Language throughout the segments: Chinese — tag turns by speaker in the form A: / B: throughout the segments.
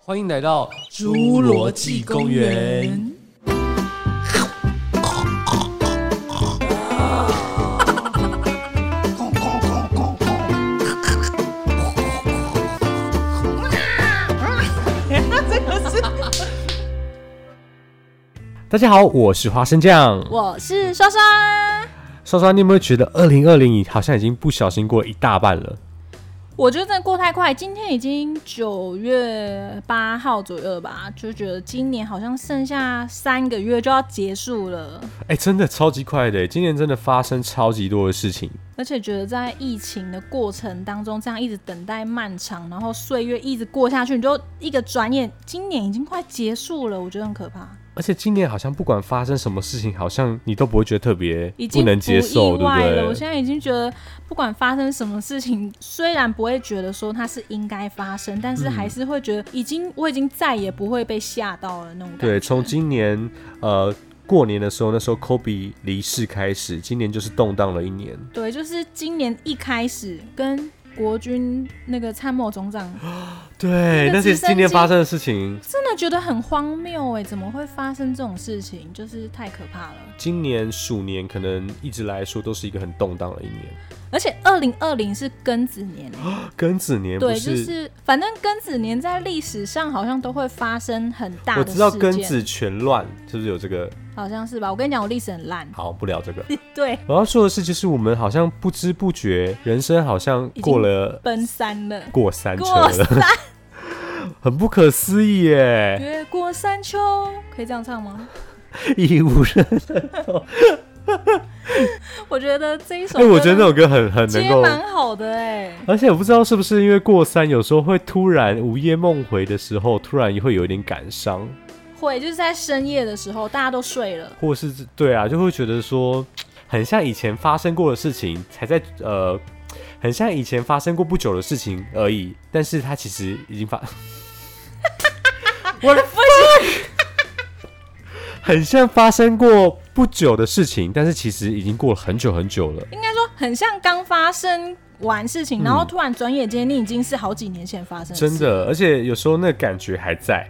A: 欢迎来到
B: 侏罗纪公园。
A: 大家好，我是花生酱。
B: 我是刷刷，
A: 刷刷，你有没有觉得二零二零好像已经不小心过了一大半了？
B: 我觉得真的过太快，今天已经九月八号左右了吧，就觉得今年好像剩下三个月就要结束了，
A: 哎、真的超级快的，今年真的发生超级多的事情。
B: 而且觉得在疫情的过程当中，这样一直等待漫长，然后岁月一直过下去，你就一个转眼，今年已经快结束了，我觉得很可怕，
A: 而且今年好像不管发生什么事情，好像你都不会觉得特别
B: 已经
A: 不能接受，对
B: 不意
A: 不
B: 外了。我
A: 对？
B: 现在已经觉得，不管发生什么事情，虽然不会觉得说它是应该发生，但是还是会觉得已经，我已经再也不会被吓到了那种感觉。
A: 对，从今年呃过年的时候，那时候 Kobe 离世开始，今年就是动荡了一年。
B: 对，就是今年一开始跟国军那个参谋总长，
A: 对，
B: 那个
A: 那是
B: 直升
A: 今年
B: 机
A: 发生的事情。
B: 真的觉得很荒谬哎，怎么会发生这种事情？就是太可怕了。
A: 今年鼠年可能一直来说都是一个很动荡的一年，
B: 而且二零二零是庚子年欸，
A: 庚子年不
B: 对，
A: 是？
B: 就是反正庚子年在历史上好像都会发生很大
A: 我
B: 的
A: 知道
B: 事
A: 庚
B: 件，
A: 子全乱，是不是有这个？
B: 好像是吧？我跟你讲，我历史很烂。
A: 好，不聊这个。
B: 对，
A: 我要说的是，就是我们好像不知不觉，人生好像过了
B: 奔三了，
A: 过山车
B: 过
A: 了，
B: 山
A: 很不可思议 耶！
B: 越过山丘，可以这样唱吗？
A: 一无人。
B: 我觉得这一首
A: 哎、
B: 歌
A: 我觉得那首歌很很能
B: 接
A: 够，
B: 蛮好的哎、
A: 而且我不知道是不是因为过山，有时候会突然午夜梦回的时候，突然会有一点感伤。
B: 会，就是在深夜的时候，大家都睡了。
A: 或是对啊，就会觉得说，很像以前发生过的事情，才在呃，很像以前发生过不久的事情而已，但是它其实已经发，我的 很像发生过不久的事情，但是其实已经过了很久很久了。
B: 应该说，很像刚发生完事情，然后突然转眼间，你已经是好几年前发生的
A: 嗯真
B: 事。
A: 的，而且有时候那个感觉还在，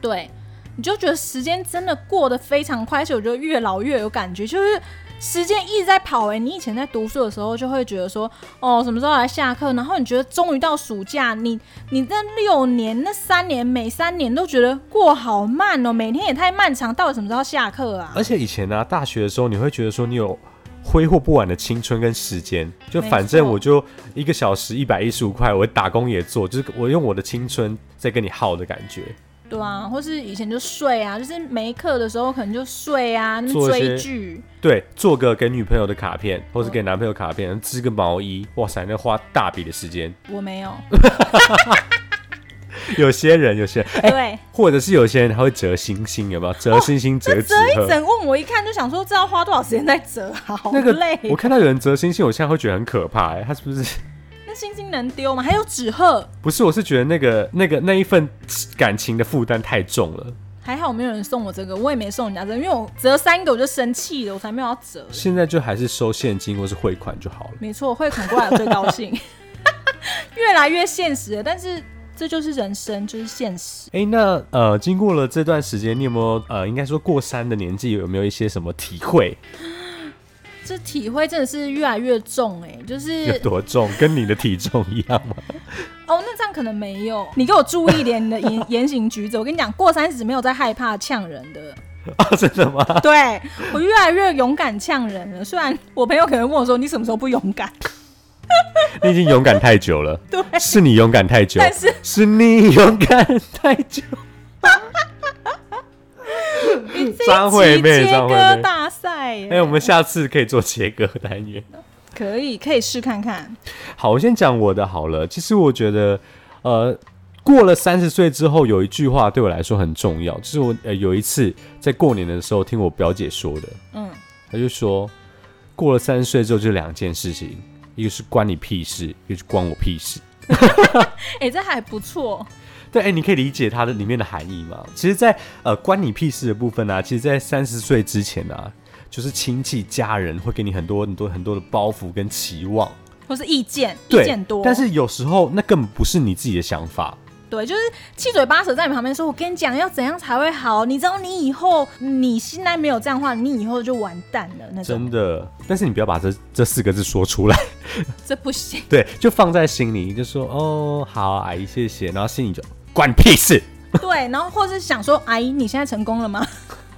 B: 对，你就觉得时间真的过得非常快，而且我觉得越老越有感觉，就是。时间一直在跑哎、你以前在读书的时候就会觉得说，哦，什么时候来下课？然后你觉得终于到暑假，你你那六年那三年，每三年都觉得过好慢哦，每天也太漫长，到底什么时候下课啊？
A: 而且以前呢、大学的时候，你会觉得说你有挥霍不完的青春跟时间，就
B: 没
A: 反正
B: 错
A: 我就一个小时一百一十五块，我打工也做，就是我用我的青春在跟你耗的感觉。
B: 对啊，或是以前就睡啊，就是没课的时候可能就睡啊，那边
A: 做一些
B: 追剧。
A: 对，做个给女朋友的卡片，或是给男朋友卡片，织个毛衣，哇塞，那花大笔的时间。
B: 我 没有，
A: 有些人，有些人，哎、
B: 对，
A: 或者是有些人还会折星星，有没有？折星星，折纸
B: 哦折 一
A: 鹤。
B: 整问我一看就想说，这要花多少时间在折啊？好
A: 那个
B: 累。
A: 我看到有人折星星，我现在会觉得很可怕、哎，他是不是？
B: 那星星能丢吗？还有纸鹤，
A: 不是，我是觉得那个那个那一份感情的负担太重了。
B: 还好没有人送我这个，我也没送人家这个，因为我折三个我就生气了，我才没有要折。
A: 现在就还是收现金或是汇款就好了。
B: 没错，汇款过来我最高兴，越来越现实了，但是这就是人生，就是现实。
A: 哎、那呃，经过了这段时间，你有没有呃，应该说过山的年纪，有没有一些什么体会？
B: 这体会真的是越来越重哎、就是
A: 有多重？跟你的体重一样 吗？
B: 哦，那这样可能没有。你给我注意一点，你的言言行举止。我跟你讲，过三十没有在害怕呛人哦的。
A: 啊，真的吗？
B: 对我越来越勇敢呛人了。虽然我朋友可能问我说：“你什么时候不勇敢
A: 你已经勇敢太久了。
B: 对
A: 是你勇敢太久，
B: 但是
A: 是你勇敢太久。？”
B: 你哎这
A: 张
B: 一
A: 惠
B: 集
A: 嗯妹
B: 切
A: 张惠
B: 割
A: 妹
B: 大赛耶，
A: 哎、我们下次可以做切割单元。
B: 可以可以试看看。
A: 好，我先讲我的好了。其实我觉得，呃，过了三十岁之后，有一句话对我来说很重要，就是我呃有一次在过年的时候听我表姐说的，
B: 嗯，
A: 她就说，过了三十岁之后就两件事情，一个是关你屁事，一个是关我屁事。
B: 哎、这还不错。
A: 对，哎、你可以理解它的里面的含义吗？其实在，呃关你屁事的部分呢、啊，其实，在三十岁之前啊，就是亲戚家人会给你很多很多很多的包袱跟期望，
B: 或是意见，意
A: 对
B: 见多，
A: 但是有时候那根本不是你自己的想法，
B: 对，就是七嘴八舌在你旁边说，我跟你讲要怎样才会好，你知道你以后你现在没有这样的话，你以后就完蛋了那种，
A: 真的。但是你不要把这这四个字说出来，
B: 这不行。
A: 对，就放在心里，就说哦，好，阿姨谢谢，然后心里就关你屁事。
B: 对，然后或者是想说，阿姨你现在成功了吗？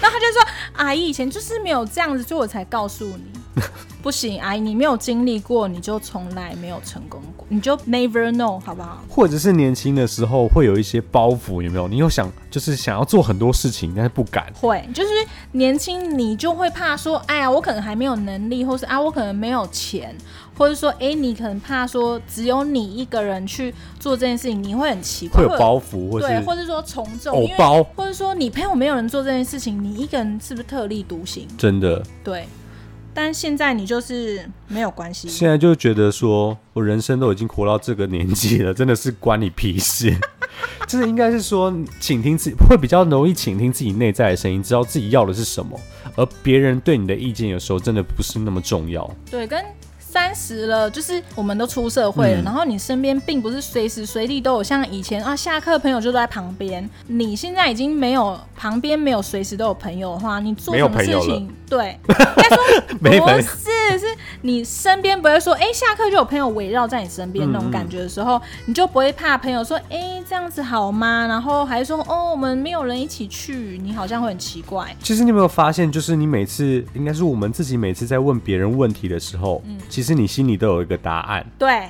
B: 然后他就说，阿姨以前就是没有这样子，所以我才告 诉你。不行，阿姨你没有经历过，你就从来没有成功过，你就 never know 好不好？
A: 或者是年轻的时候会有一些包袱，有没有？你又想就是想要做很多事情，但是不敢。
B: 会，就是年轻你就会怕说，哎呀，我可能还没有能力，或是啊，我可能没有钱，或者说，哎，你可能怕说只有你一个人去做这件事情，你会很奇怪，
A: 会有包袱，或
B: 对，
A: 是
B: 或者说从众，
A: 偶
B: 因为
A: 包，
B: 或者说你朋友没有人做这件事情，你一个人是不是特立独行？
A: 真的。
B: 对，但现在你就是没有关系，
A: 现在就觉得说，我人生都已经活到这个年纪了， 真的是关你屁事。 就是应该是说，倾听自己会比较容易倾听自己内在的声音，知道自己要的是什么，而别人对你的意见有时候真的不是那么重要。
B: 对，跟。三十了，就是我们都出社
A: 嗯
B: 会了，然后你身边并不是随时随地都有像以前啊，下课朋友就都在旁边。你现在已经没有旁边没有随时都有朋友的话，你做
A: 没
B: 什
A: 有
B: 么事
A: 朋友
B: 情
A: 了，
B: 对，
A: 没
B: 不
A: 朋友，
B: 是，是你身边不会说，哎、下课就有朋友围绕在你身边
A: 嗯
B: 那种感觉的时候，你就不会怕朋友说，哎、这样子好吗？然后还说，哦，我们没有人一起去，你好像会很奇怪。
A: 其实你有没有发现，就是你每次，应该是我们自己每次在问别人问题的时候，其实你心里都有一个答案，
B: 对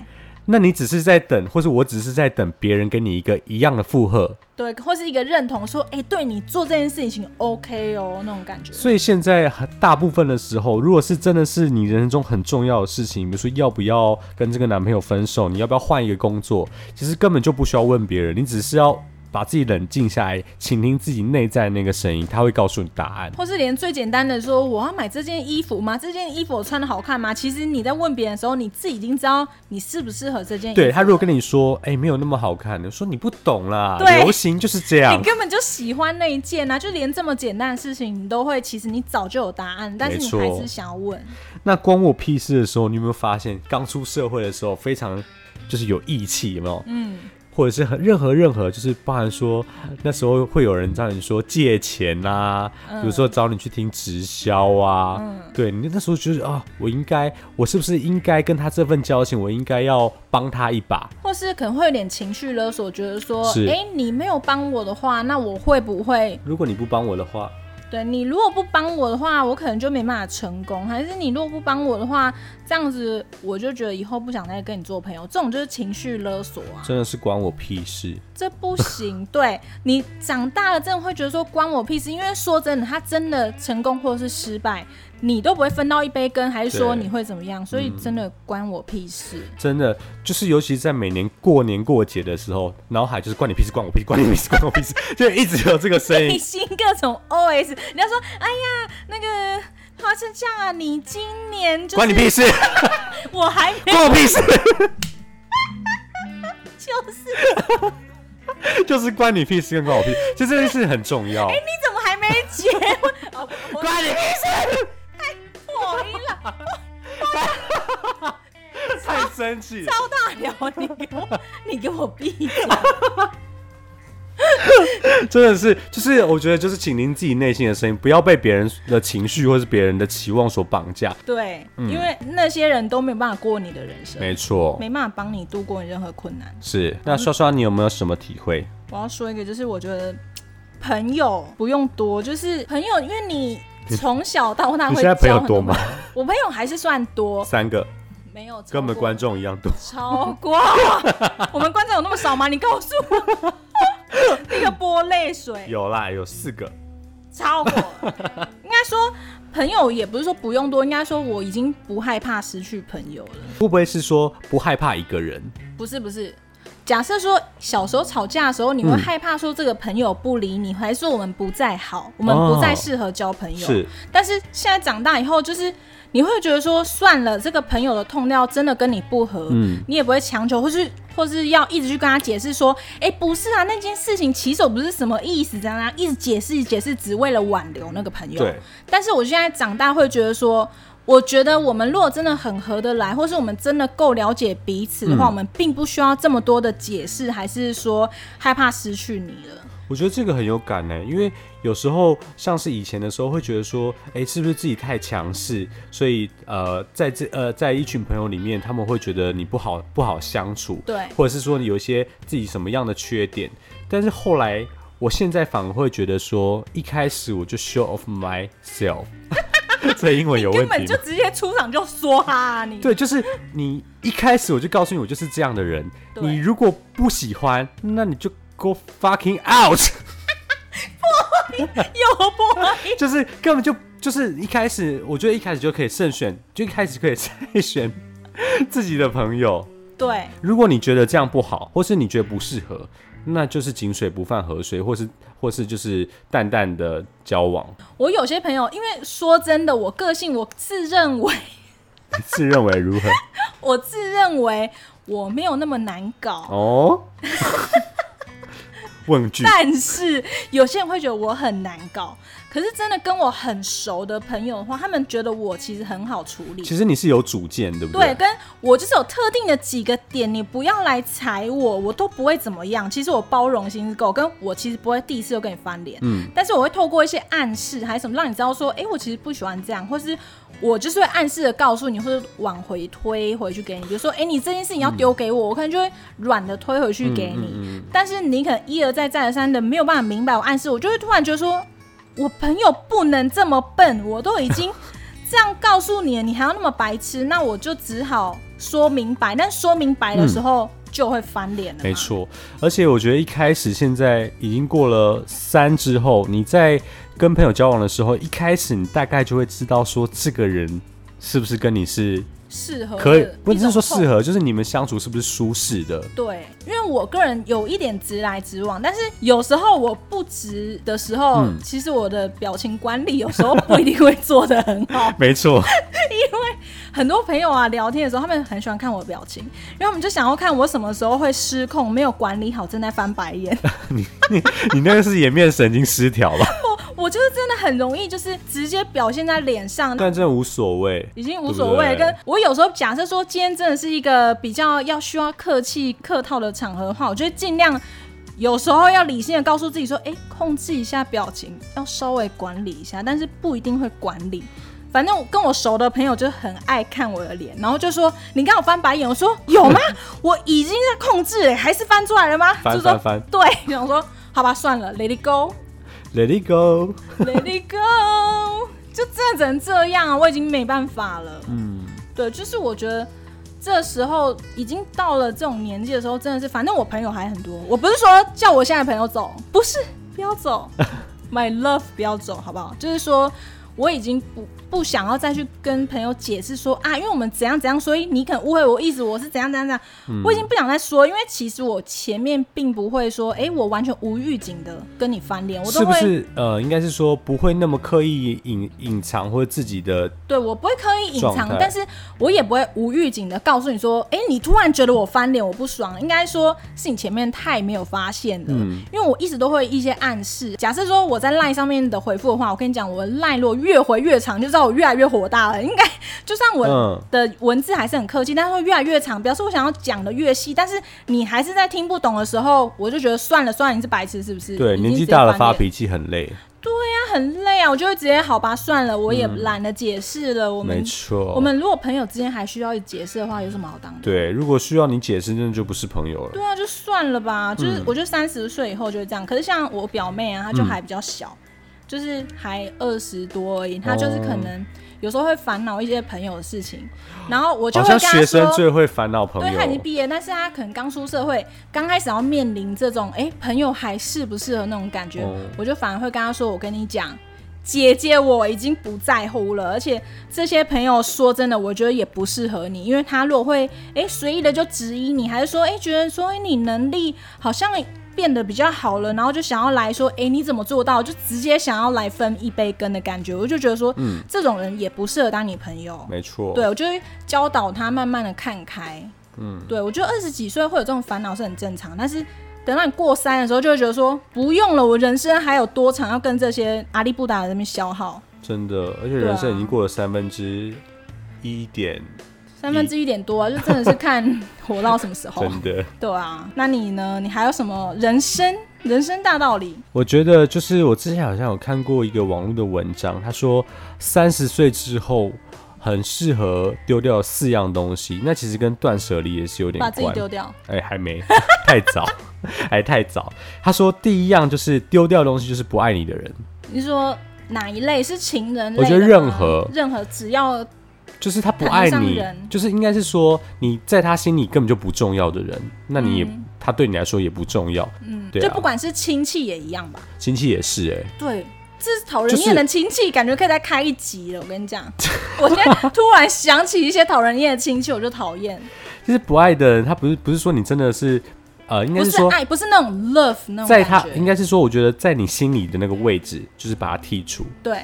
A: 那你只是在等，或是我只是在等别人给你一个一样的附和，
B: 对，或是一个认同，说，哎、对你做这件事情 OK 哦，那种感觉。
A: 所以现在很大部分的时候，如果是真的是你人生中很重要的事情，比如说要不要跟这个男朋友分手，你要不要换一个工作，其实根本就不需要问别人，你只是要把自己冷静下来，倾听自己内在那个声音，他会告诉你答案。
B: 或是连最简单的说，我要买这件衣服吗？这件衣服我穿的好看吗？其实你在问别人的时候，你自己已经知道你适不适合这件衣服。
A: 对他如果跟你说，哎、没有那么好看，你说你不懂啦，
B: 对
A: 流行就是这样
B: 你。根本就喜欢那一件啊！就连这么简单的事情，你都会，其实你早就有答案，但是你
A: 没错
B: 还是想要问。
A: 那关我屁事的时候，你有没有发现，刚出社会的时候非常就是有义气，有没有？
B: 嗯，
A: 或者是很任何任何，就是包含说那时候会有人让你说借钱啊，有时候找你去听直销啊，对你那时候觉得啊，我应该，我是不是应该跟他这份交情，我应该要帮他一把？
B: 或是可能会有点情绪勒索，觉得说，
A: 是
B: 哎、你没有帮我的话，那我会不会
A: 如果你不帮我的话，
B: 对你如果不帮我的话，我可能就没办法成功；还是你如果不帮我的话，这样子我就觉得以后不想再跟你做朋友。这种就是情绪勒索啊。
A: 真的是关我屁事。
B: 这不行。 对你长大了，真的会觉得说关我屁事。因为说真的，他真的成功或者是失败，你都不会分到一杯羹，还是
A: 对
B: 说
A: 嗯
B: 你会怎么样？所以真的关我屁事。
A: 真的就是，尤其在每年过年过节的时候，脑海就是关你屁事，关我屁事，关你屁事，关我屁事， 就一直有这个声
B: 内
A: 音。
B: 心各种 OS，人家说，哎呀，那个花生酱啊，你今年就
A: 关你屁
B: 是
A: 事，
B: 我还没
A: 关我屁事，
B: 就是，
A: 就是关你屁事跟关我屁事，就这件事很重要。
B: 你怎么还没 结婚？哦我
A: 哎关你屁事！
B: 破音了，
A: 太生气了。
B: 超大聊，你给我， 你给我闭嘴！
A: 真的是，就是我觉得就是请您自己内心的声音，不要被别人的情绪或是别人的期望所绑架。
B: 对，因为那些人都没有办法过你的人生。
A: 嗯没嗯错，
B: 没办法帮你度过你任何困难。
A: 是。那刷刷，你有没有什么体会？
B: 我要说一个，就是我觉得朋友不用多，就是朋友，因为你从小到大会
A: 你现在朋友
B: 交很
A: 多吗？
B: 我朋友还是算多，
A: 三个，
B: 没有超过
A: 跟我们观众一样多。
B: 超 过我们观众有那么少吗？你告诉我， 那个波泪水
A: 有啦，有四个。
B: 超过，应该说。朋友也不是说不用多，应该说我已经不害怕失去朋友了。
A: 会不会是说不害怕一个人？
B: 不是不是，假设说小时候吵架的时候，你会
A: 嗯
B: 害怕说这个朋友不理你，还是说我们不再好，我们不再适合交朋友？
A: 哦是。
B: 但是现在长大以后，就是你会觉得说，算了，这个朋友的痛调真的跟你不合，
A: 嗯
B: 你也不会强求，或是或是要一直去跟他解释说，哎、不是啊，那件事情其实我不是什么意思，这样啊，一直解释解释，只为了挽留那个朋友。
A: 对，
B: 但是我现在长大会觉得说，我觉得我们如果真的很合得来，或是我们真的够了解彼此的话，
A: 嗯
B: 我们并不需要这么多的解释，还是说害怕失去你了。
A: 我觉得这个很有感呢、欸因为有时候像是以前的时候，会觉得说，哎、是不是自己太强势，所以呃，在这呃，在一群朋友里面，他们会觉得你不好不好相处，
B: 对
A: 或者是说你有一些自己什么样的缺点。但是后来，我现在反而会觉得说，一开始我就 show off myself，这英文有问
B: 根
A: 题 吗
B: 本就直接出场就说哈、你，
A: 对，就是你一开始我就告诉你，我就是这样的人。
B: 对
A: 你如果不喜欢，那你就 go fucking out，
B: 又不会
A: 就是根本就就是一开始，我觉得一开始就可以慎选，就一开始可以 筛选自己的朋友。
B: 对
A: 如果你觉得这样不好，或是你觉得不适合，那就是井水不犯河水，或是或是就是淡淡的交往。
B: 我有些朋友，因为说真的，我个性我自认为，
A: 你自认为如何？
B: 我自认为我没有那么难搞，
A: 哦， 问句。
B: 但是有些人会觉得我很难搞。可是真的跟我很熟的朋友的话，他们觉得我其实很好处理。
A: 其实你是有主见，对不
B: 对，跟我就是有特定的几个点，你不要来踩我，我都不会怎么样。其实我包容心是够，跟我其实不会第一次就跟你翻脸，
A: 嗯，
B: 但是我会透过一些暗示还是什么，让你知道说，哎、我其实不喜欢这样，或是我就是会暗示的告诉你，或者往回推回去给你，比如说，哎、你这件事情要丢给我，我可能就会软的推回去给你，
A: 嗯嗯嗯
B: 但是你可能一而再再而三的没有办法明白我暗示，我就会突然觉得说，我朋友不能这么笨，我都已经这样告诉你了，你还要那么白痴，那我就只好说明白。但说明白的时候就会翻脸了、
A: 没，错，而且我觉得一开始现在已经过了三之后，你在跟朋友交往的时候，一开始你大概就会知道说这个人是不是跟你是
B: 适合
A: 可以
B: 的，
A: 不
B: 呃一
A: 是
B: 种
A: 说适
B: 痛。
A: 合，就是你们相处是不是舒适的。
B: 对，因为我个人有一点直来直往，但是有时候我不直的时候，
A: 嗯
B: 其实我的表情管理有时候不一定会做得很好。
A: 没错，
B: 很多朋友啊，聊天的时候，他们很喜欢看我的表情，然后他们就想要看我什么时候会失控，没有管理好，正在翻白眼。
A: 你那个是颜面神经失调吧？
B: 我就是真的很容易，就是直接表现在脸上。
A: 但真的无所谓，
B: 已经无所谓。
A: 对不对
B: 跟我有时候假设说今天真的是一个比较要需要客气客套的场合的话，我就会尽量有时候要理性的告诉自己说，哎、控制一下表情，要稍微管理一下，但是不一定会管理。反正我跟我熟的朋友就很爱看我的脸，然后就说你刚我翻白眼，我说有吗？ 我已经在控制了，还是翻出来了吗？
A: 翻
B: 就说
A: 翻翻
B: 对，然后我说好吧，算了，Let it go。
A: ，Let it go。
B: Let it go，就真的只能这样啊！我已经没办法了。嗯，对，就是我觉得这时候已经到了这种年纪的时候，真的是，反正我朋友还很多。我不是说叫我现在的朋友走，不是，不 要走，My love，不要走，好不好？就是说。我已经不不想要再去跟朋友解释说啊，因为我们怎样怎样，所以你可能误会我意思，我是怎样怎样怎样。
A: 嗯
B: 我已经不想再说，因为其实我前面并不会说，哎、我完全无预警的跟你翻脸，我都
A: 是
B: 会
A: 不是呃，应该是说不会那么刻意隐隐藏或者自己的
B: 对我不会刻意隐
A: 状
B: 藏
A: 态，
B: 但是我也不会无预警的告诉你说，哎、你突然觉得我翻脸，我不爽。应该说是你前面太没有发现了，
A: 嗯
B: 因为我一直都会一些暗示。假设说我在赖上面的回复的话，我跟你讲，我赖如果越回越长，就知道我越来越火大了。应该就算我
A: 嗯
B: 的文字还是很客气，但是会越来越长，表示我想要讲的越细，但是你还是在听不懂的时候，我就觉得算了算了，你是白痴是不是？
A: 对
B: 已经
A: 年纪
B: 直接翻
A: 大了
B: 脸
A: 发脾气很累，
B: 那很累啊，我就会直接好吧，算了，我也懒得解释了。我
A: 没
B: 们
A: 错。
B: 我们如果朋友之间还需要解释的话，有什么好当的？
A: 对，如果需要你解释，那就不是朋友了。
B: 对啊，就算了吧。就是我觉得三十岁以后就会这样。可是像我表妹啊，她就还比较小，就是还二十多而已，她就是可能有时候会烦恼一些朋友的事情，然后我就
A: 好
B: 会跟
A: 像
B: 她
A: 学生
B: 说。
A: 最会烦恼朋
B: 对，
A: 友
B: 她已，经毕业，但是她可能刚出社会，刚开始要面临这种，哎、朋友还适不适合那种感觉，
A: 哦
B: 我就反而会跟她说，我跟你讲，姐姐我已经不在乎了，而且这些朋友说真的，我觉得也不适合你，因为他如果会哎随意的就质疑你，还是说哎觉得说诶你能力好像变得比较好了，然后就想要来说哎你怎么做到，就直接想要来分一杯羹的感觉，我就觉得说，嗯，这种人也不适合当你朋友。
A: 没错。
B: 对，我就会教导他慢慢的看开。嗯，对，我觉得二十几岁会有这种烦恼是很正常，但是等到你过三的时候，就会觉得说不用了，我人生还有多长要跟这些阿里不达在那边消耗？
A: 真的，而且
B: 对
A: 人生已
B: 啊
A: 经过了三分之一点，
B: 三分之一点多啊，就真的是看活到什么时候啊。
A: 真的。
B: 对啊，那你呢？你还有什么人生人生大道理？
A: 我觉得就是我之前好像有看过一个网络的文章，他说三十岁之后很适合丢掉四样东西，那其实跟断舍离也是有点
B: 把
A: 关。
B: 自己丢掉。
A: 哎、还没， 太早，还太早。他说第一样就是丢掉的东西，就是不爱你的人，
B: 你说哪一类是情人类的
A: 我
B: 吗？
A: 觉得任何
B: 任何只要
A: 就是他不爱
B: 谈不上
A: 你
B: 人，
A: 就是应该是说你在他心里根本就不重要的人，那你也、他对你来说也不重要，
B: 嗯，
A: 对啊
B: 就不管是亲戚也一样吧。
A: 亲戚也是哎、
B: 对，这是讨人
A: 就是
B: 厌的亲戚，感觉可以再开一集了。我跟你讲， 我现在突然想起一些讨人厌的亲戚，我就讨厌，
A: 就是不爱的人，他不是不是说你真的是呃，应该
B: 不
A: 是
B: 是
A: 说
B: 爱，不是那种 love 那种
A: 在
B: 感
A: 他
B: 觉。
A: 应该是说，我觉得在你心里的那个位置，就是把它剔除，
B: 对，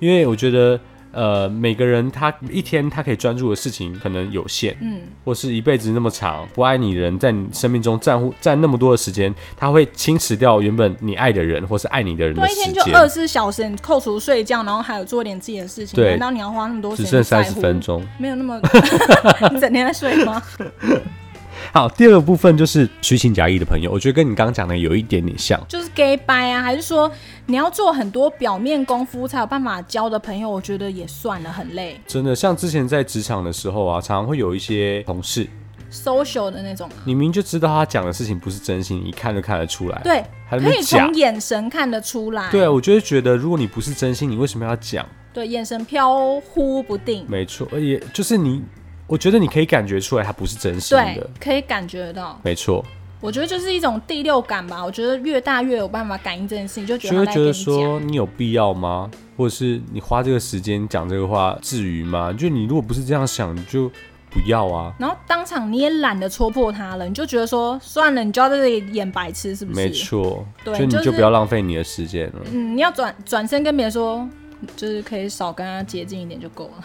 A: 因为我觉得，呃，每个人他一天他可以专注的事情可能有限，
B: 嗯，
A: 或是一辈子那么长，不爱你的人在你生命中占乎占那么多的时间，他会侵蚀掉原本你爱的人或是爱你的人
B: 多
A: 的
B: 一
A: 时
B: 天就二
A: 间，
B: 十四小时，你扣除睡觉，然后还有做点自己的事情，
A: 对
B: 难道你要花那么多时
A: 只
B: 间？
A: 剩三十分，钟。
B: 没有那么， 你整天在睡吗？
A: 好，第二个部分就是虚情假意的朋友，我觉得跟你刚刚讲的有一点点像。
B: 就是 gay bye 啊，还是说你要做很多表面功夫才有办法交的朋友，我觉得也算了，很累
A: 真的，像之前在职场的时候啊，常常会有一些同事，
B: ，social 的那种啊。
A: 你明明就知道他讲的事情不是真心，一看就看得出来。
B: 对，
A: 还没
B: 可以
A: 讲
B: 从眼神看得出来。
A: 对啊，我就会觉得，如果你不是真心，你为什么要讲？
B: 对，眼神飘忽不定，
A: 没错，而也就是你，我觉得你可以感觉出来他不是真心
B: 对
A: 的。，
B: 可以感觉到。
A: 没错，
B: 我觉得就是一种第六感吧。我觉得越大越有办法感应这件事情，就觉
A: 就
B: 得
A: 会
B: 他在
A: 觉
B: 跟
A: 得
B: 你
A: 说
B: 讲。
A: 你有必要吗？或者是你花这个时间讲这个话，至于吗？就你如果不是这样想，你就不要啊。
B: 然后当场你也懒得戳破他了，你就觉得说算了，你就要在这里演白痴，是不是？
A: 没错，
B: 对
A: 就你
B: 就是
A: 就不要浪费你的时间了，
B: 嗯，你要转转身跟别人说，就是可以少跟他接近一点就够了，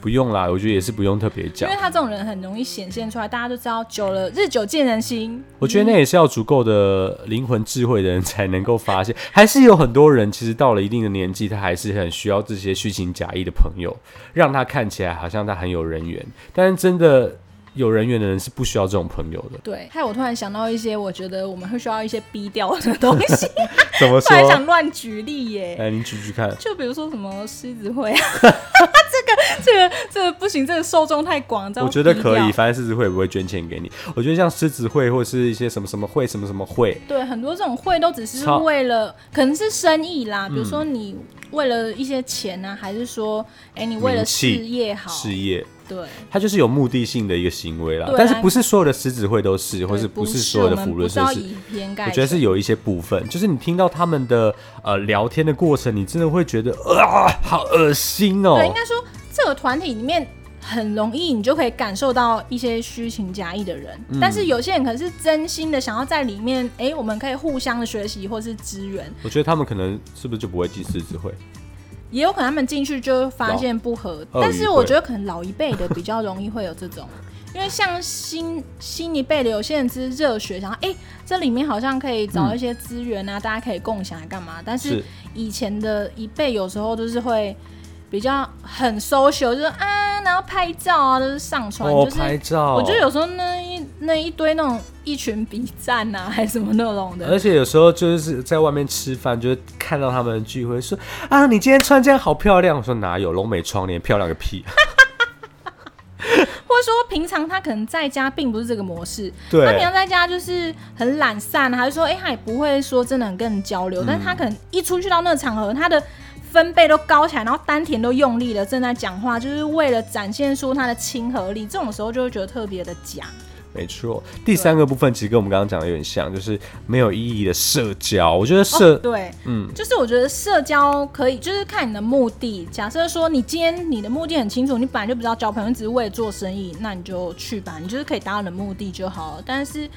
A: 不用啦，我觉得也是不用特别
B: 因
A: 讲
B: 为。他这种人很容易显现出来，大家都知道，久了日久见人心。。
A: 我觉得那也是要足够的灵魂智慧的人才能够发现，还是有很多人其实到了一定的年纪，他还是很需要这些虚情假意的朋友，让他看起来好像他很有人缘，但是真的有人缘的人是不需要这种朋友的
B: 对，害我突然想到一些，我觉得我们会需要一些逼调的东 西，
A: 怎么
B: 突然想
A: 说？
B: 乱举例耶。
A: 哎，你举举看，
B: 就比如说什么狮子会啊， 这个这个这个不行，这个受众太广，这
A: 我
B: 样
A: 觉得
B: 低
A: 可
B: 调
A: 以，。反正狮子会也不会捐钱给你。我觉得像狮子会或是一些什么什么会什么什么会，
B: 对，很多这种会都只是
A: 超嗯
B: 为了，可能是生意啦，比如说你为了一些钱啊，还是说，哎，你为了
A: 名
B: 事
A: 气
B: 业好，
A: 事业，
B: 对，
A: 它就是有目的性的一个行为啦。
B: 对啊
A: 但是不是所有的狮子会都是，或
B: 对
A: 是不是
B: 是
A: 所有的
B: 我们
A: 福
B: 不
A: 伦
B: 是
A: 社
B: 要
A: 是？
B: 以偏概
A: 我觉得
B: 全
A: 是有一些部分，就是你听到他们的呃聊天的过程，你真的会觉得啊、好恶心哦
B: 对，。应该说这个团体里面很容易，你就可以感受到一些虚情假意的人。
A: 嗯
B: 但是有些人可能是真心的想要在里面，哎、我们可以互相的学习或是支援。
A: 我觉得他们可能是不是就不会进狮子会？
B: 也有可能他们进去就发现不合，
A: 老
B: 但是我
A: 鳄鱼会
B: 觉得可能老一辈的比较容易会有这种， 因为像新新一辈的有些人只是热血，想哎、诶这里面好像可以找一些资源啊，大家可以共享干嘛？但是
A: 嗯是
B: 以前的一辈有时候就是会比较很 social，就是啊，然后拍照啊，就是上传，
A: 哦，
B: 就是
A: 拍照，
B: 我觉得有时候那一那一堆那种一群比赞啊，还是什么那种的，
A: 而且有时候就是在外面吃饭，就是看到他们的聚会，说啊，你今天穿这样好漂亮。我说哪有，龙美窗帘漂亮个屁。
B: 或者说平常他可能在家并不是这个模式，
A: 对
B: 他平常在家就是很懒散，还是说，哎、他也不会说真的很跟人交流，但是他可能一出去到那个场合，他的分贝都高起来，然后丹田都用力了，正在讲话，就是为了展现出他的亲和力，这种时候就会觉得特别的假。
A: 没错，第三个部分其实跟我们刚刚讲的有点像，就是没有意义的社交。我觉得社、
B: 哦对，
A: 嗯，
B: 就是我觉得社交可以，就是看你的目的。假设说你今天你的目的很清楚，你本来就不知道交朋友，你只是为了做生意，那你就去吧，你就是可以达到你的目的就好了。但是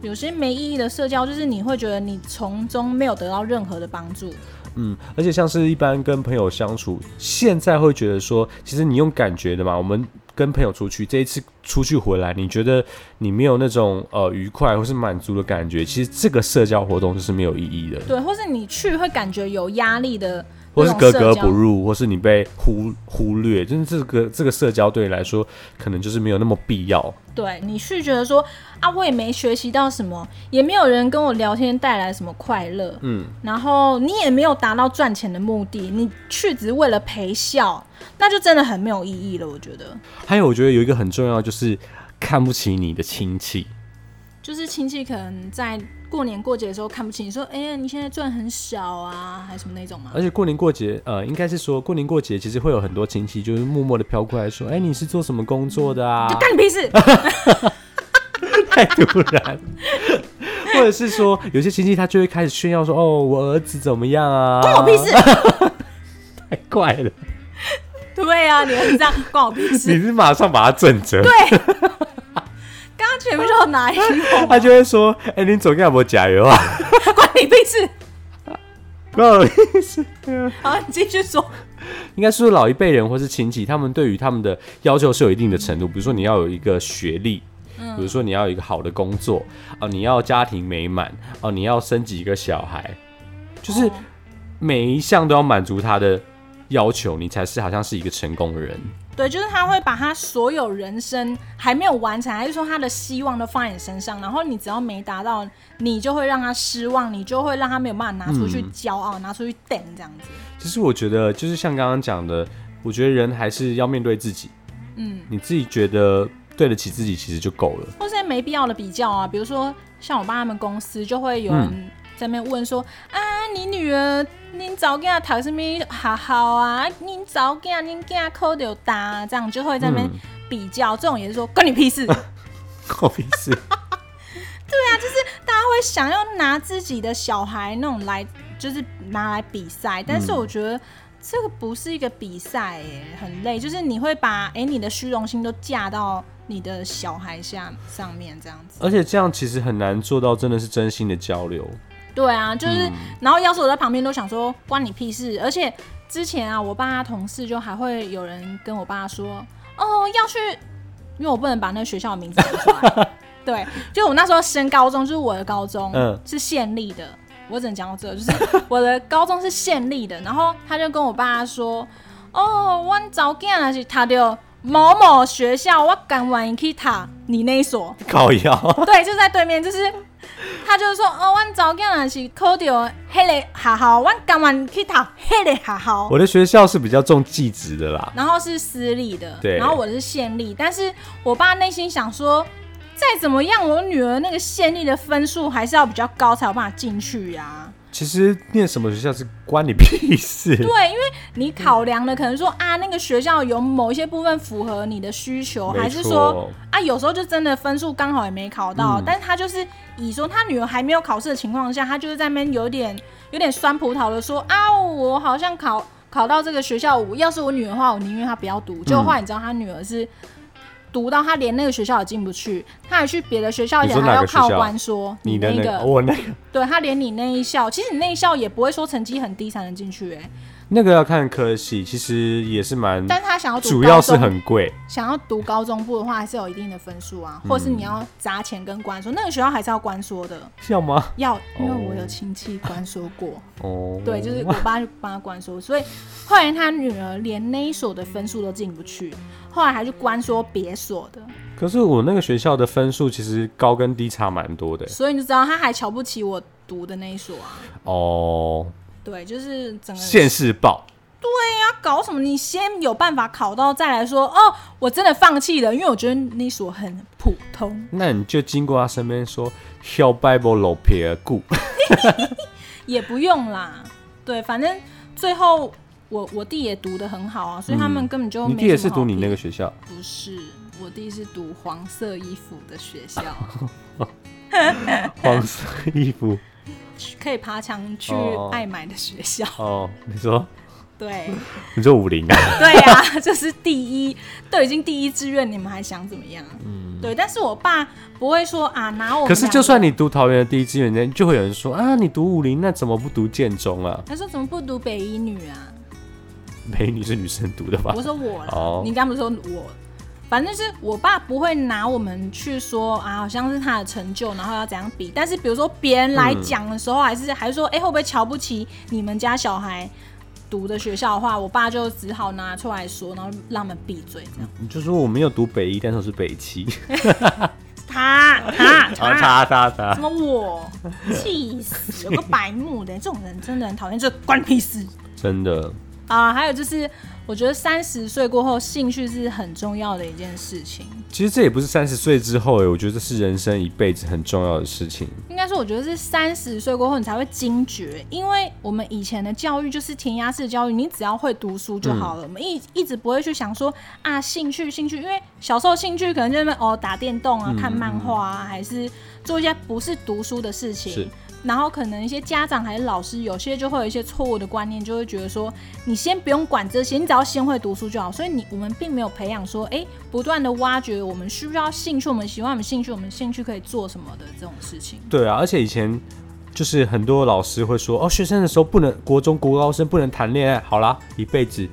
B: 有些没意义的社交，就是你会觉得你从中没有得到任何的帮助。
A: 嗯，而且像是一般跟朋友相处，现在会觉得说，其实你用感觉的嘛，我们跟朋友出去，这一次出去回来，你觉得你没有那种呃愉快或是满足的感觉，其实这个社交活动就是没有意义的，
B: 对，或是你去会感觉有压力的
A: 或是格格
B: 那种社交
A: 不入，或是你被忽忽略，就是这个这个社交对你来说，可能就是没有那么必要。
B: 对你是觉得说啊，我也没学习到什么，也没有人跟我聊天带来什么快乐，嗯，然后你也没有达到赚钱的目的，你去只是为了陪笑，那就真的很没有意义了。我觉得，
A: 还有，我觉得有一个很重要，就是看不起你的亲戚。
B: 就是亲戚可能在过年过节的时候看不起你，说，哎、呀，你现在赚很少啊，还是什么那种嘛
A: 而。且过年过节，呃，应该是说过年过节，其实会有很多亲戚就是默默的飘过来说：“哎、你是做什么工作的啊？”
B: 就干你屁 事！
A: 太突然，或者是说有些亲戚他就会开始炫耀说：“哦，我儿子怎么样啊？”
B: 关我屁事！
A: 太怪了，
B: 对啊，你儿子这样关我屁
A: 你
B: 事。
A: 是马上把他震折，
B: 刚刚前面就有拿一句话
A: 他就会说：“哎、你总干我加油啊
B: 关你屁事。！”
A: 不好意思
B: 好，你继续说。
A: 应该是说老一辈人或是亲戚，他们对于他们的要求是有一定的程度，比如说你要有一个学历。比如说你要有一个好的工作啊、你要家庭美满啊、你要生几个小孩，就是每一项都要满足他的要求，你才是好像是一个成功的人。
B: 对，就是他会把他所有人生还没有完成，还是说他的希望都放在你身上，然后你只要没达到，你就会让他失望，你就会让他没有办法拿出去骄傲，拿出去等这样子。
A: 其实我觉得，就是像刚刚讲的，我觉得人还是要面对自己，
B: 嗯，
A: 你自己觉得对得起自己，其实就够了。
B: 或是没必要的比较啊，比如说像我爸他们公司就会有人在那边问说、啊，你女儿你早给她读什么学校啊？你早给她你给她考到大，这样就会在那边
A: 嗯
B: 比较，这种也是说关你屁事。
A: 够意思。
B: 会想要拿自己的小孩那种来，就是拿来比赛，但是我觉得。这个不是一个比赛、欸，很累，就是你会把哎、你的虚荣心都架到你的小孩下上面这样子。
A: 而且这样其实很难做到真的是真心的交流。
B: 对啊，就是，然后要是我在旁边都想说关你屁事，而且之前啊，我爸他同事就还会有人跟我爸说，哦，要去，因为我不能把那个学校的名字讲出来。对，就我那时候升高中，就是我的高中，
A: 嗯
B: 是县立的。我只能讲到这，就是 我的高中是县立的，然后他就跟我爸说，哦，我早间啊是他的某某学校，我赶晚去他你那一所。
A: 靠腰，
B: 对，就在对面，就是他就是说，哦，阮早间若是考到迄个学校，阮甘愿去读迄个学校。
A: 我的学校是比较重技职的啦。
B: 然后是私立的，
A: 对
B: 然后我的是县立，但是我爸内心想说，再怎么样，我女儿那个县立的分数还是要比较高才有办法进去啊呀、
A: 其实念什么学校是关你屁事。
B: 对，因啊为你考量的可能说啊，那个学校有某一些部分符合你的需求，
A: 没
B: 还是
A: 错
B: 说啊，有时候就真的分数刚好也没考到，
A: 嗯
B: 但是他就是以说他女儿还没有考试的情况下，他就是在那边有点有点酸葡萄的说啊，我好像考考到这个学校，我要是我女儿的话，我宁愿她不要读。
A: 嗯
B: 结果后来你知道他女儿是。读到她连那个学校也进不去，她还去别的学校，而
A: 你
B: 且
A: 说
B: 还
A: 哪
B: 要
A: 个学
B: 靠
A: 校
B: 官说
A: 你的那
B: 那
A: 哦
B: 个，
A: 个，我那个
B: 对她连你那一校，其实你那一校也不会说成绩很低才能进去、欸，
A: 那个要看科系，其实也是蛮，
B: 但他想要读
A: 主
B: 高
A: 要
B: 中
A: 是很贵。
B: 想要读高中部的话，还是有一定的分数啊，
A: 嗯
B: 或是你要砸钱跟官说，那个学校还是要官说的，
A: 要吗？
B: 要因为我有亲戚官说过，
A: 哦，
B: 对，就是我爸就帮他官说，所以后来他女儿连那一所的分数都进不去，后来还去官说别所的，
A: 可是我那个学校的分数其实高跟低差蛮多的。
B: 所以你就知道他还瞧不起我读的那一所啊，
A: 哦，
B: 对，就是整个
A: 现世报，
B: 他搞什么？你先有办法考到，再来说哦，我真的放弃了，因为我觉得那一所很普通。
A: 那你就经过他身边说 h e l Bible 老撇故，
B: 也不用啦，对，反正最后我我弟也读得很好啊，所以他们根本就没
A: 嗯你弟也是
B: 什么好
A: 读你那
B: 比
A: 个学校，
B: 不是，我弟是读黄色衣服的学 校，
A: 黄色衣服。
B: 可以爬墙去
A: 哦
B: 爱买的学校，
A: 哦，你说
B: 对
A: 你说五零啊？
B: 对呀、这是第一，都已经第一志愿，你们还想怎么样？嗯，对，但是我爸不会说啊，拿我们
A: 可是就
B: 两
A: 算
B: 个
A: 你读桃园的第一志愿，就会有人说啊，你读武林，那怎么不读建中啊？
B: 他说怎么不读北一女啊？
A: 美女是女生读的吧
B: 我？说我啦，
A: 哦
B: 你刚不是说我？反正就是我爸不会拿我们去说啊，好像是他的成就，然后要怎样比。但是
A: 嗯
B: 比如说别人来讲的时候，还是还是说，哎、会不会瞧不起你们家小孩？读的学校的话，我爸就只好拿出来说，然后让他们闭嘴这样。
A: 你就说我没有读北一，但是我是北七，
B: 他他
A: 啊，
B: 他，
A: 他他他
B: 什，么我气死， 有个白目的，这种人真的很讨厌，这关你屁事
A: 真的，
B: 啊！还有就是，我觉得三十岁过后，兴趣是很重要的一件事情。
A: 其实这也不是三十岁之后哎，我觉得这是人生一辈子很重要的事情。
B: 应该说，我觉得是三十岁过后你才会惊觉，因为我们以前的教育就是填鸭式的教育，你只要会读书就好了，我们一一直不会去想说啊兴趣兴趣，因为小时候兴趣可能就是那边哦打电动啊、看漫画啊，还是做一些不是读书的事
A: 是
B: 情。然后可能一些家长还是老师，有些就会有一些错误的观念，就会觉得说，你先不用管这些，你只要先会读书就好。所以你我们并没有培养说，哎，不断的挖掘我们需要兴趣，我们喜欢我们兴趣，我们兴趣可以做什么的这种事情。
A: 对啊，而且以前就是很多老师会说，哦，学生的时候不能，国中国高生不能谈恋爱，好啦，一辈子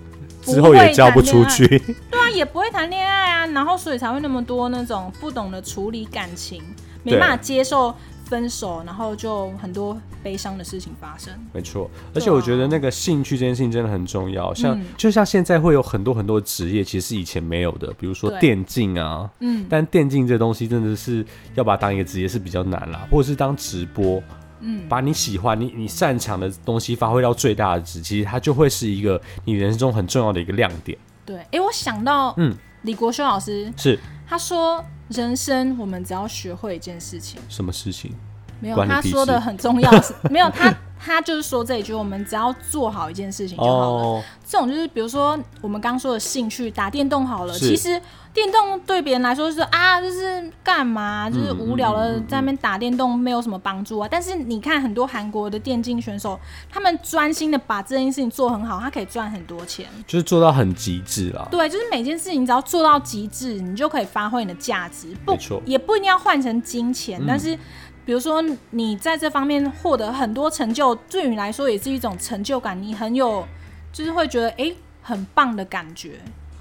A: 之后也交不出去。
B: 对啊，也不会谈恋爱啊，然后所以才会那么多那种不懂得处理感情，没
A: 对
B: 办法接受分手，然后就很多悲伤的事情发生。
A: 没错，而且我觉得那个兴趣这件事情真的很重要，像、
B: 啊嗯
A: 就像现在会有很多很多职业，其实是以前没有的，比如说
B: 对
A: 电竞啊，
B: 嗯，
A: 但电竞这东西真的是要把它当一个职业是比较难
B: 嗯
A: 啦，或者是当直播，嗯，把你喜欢、你你擅长的东西发挥到最大的值，其实它就会是一个你人生中很重要的一个亮点。
B: 对，哎、我想到，
A: 嗯
B: 嗯，李国修老师
A: 是
B: 他说，人生我们只要学会一件事情，
A: 什么事情？
B: 没有
A: 关你
B: 他
A: 屁
B: 说的
A: 事
B: 很重要，是没有他他就是说这一句，我们只要做好一件事情就好了。
A: 哦，
B: 这种就是比如说我们刚刚说的兴趣，打电动好了，
A: 是
B: 其实电动对别人来说就是啊，就是干嘛，就是无聊了，在那边打电动没有什么帮助啊。但是你看很多韩国的电竞选手，他们专心的把这件事情做很好，他可以赚很多钱。
A: 就是做到很极致啦。
B: 对，就是每件事情只要做到极致，你就可以发挥你的价值，不
A: 没错嗯
B: 也不一定要换成金钱，但是。比如说，你在这方面获得很多成就，对你来说也是一种成就感，你很有，就是会觉得诶很棒的感觉。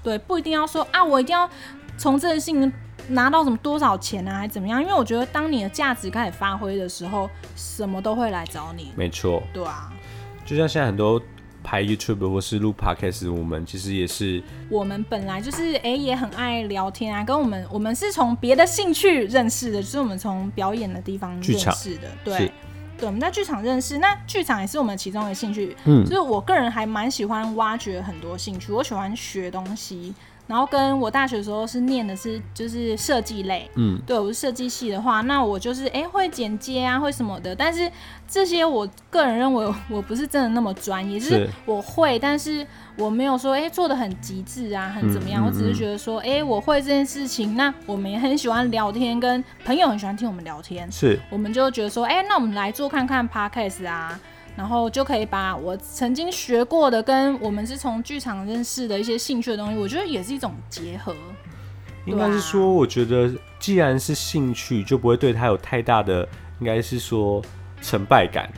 B: 对，不一定要说啊，我一定要从这件事情拿到什么多少钱啊，还怎么样？因为我觉得，当你的价值开始发挥的时候，什么都会来找你。
A: 没错，
B: 对啊，
A: 就像现在很多拍 YouTube 或是录 Podcast，我们其实也是
B: 我们本来就是哎、诶也很爱聊天啊，跟我们我们是从别的兴趣认识的，就是我们从表演的地方认
A: 剧场
B: 识的，
A: 是
B: 对。对，我们在剧场认识，那剧场也是我们其中的兴趣。
A: 嗯
B: 就是我个人还蛮喜欢挖掘很多兴趣，我喜欢学东西。然后跟我大学的时候是念的是就是设计类，
A: 嗯，
B: 对我是设计系的话，那我就是哎会剪接啊，会什么的。但是这些我个人认为我我不是真的那么专业，就是
A: 是
B: 我会，但是我没有说哎、诶做的很极致啊，很怎么样。
A: 嗯嗯
B: 我只是觉得说哎、诶我会这件事情，那我们也很喜欢聊天，跟朋友很喜欢听我们聊天，
A: 是
B: 我们就觉得说哎、诶那我们来做看看 podcast 啊。然后就可以把我曾经学过的跟我们是从剧场认识的一些兴趣的东西，我觉得也是一种结合。
A: 应
B: 啊
A: 该是说，我觉得既然是兴趣，就不会对他有太大的，应该是说成败感。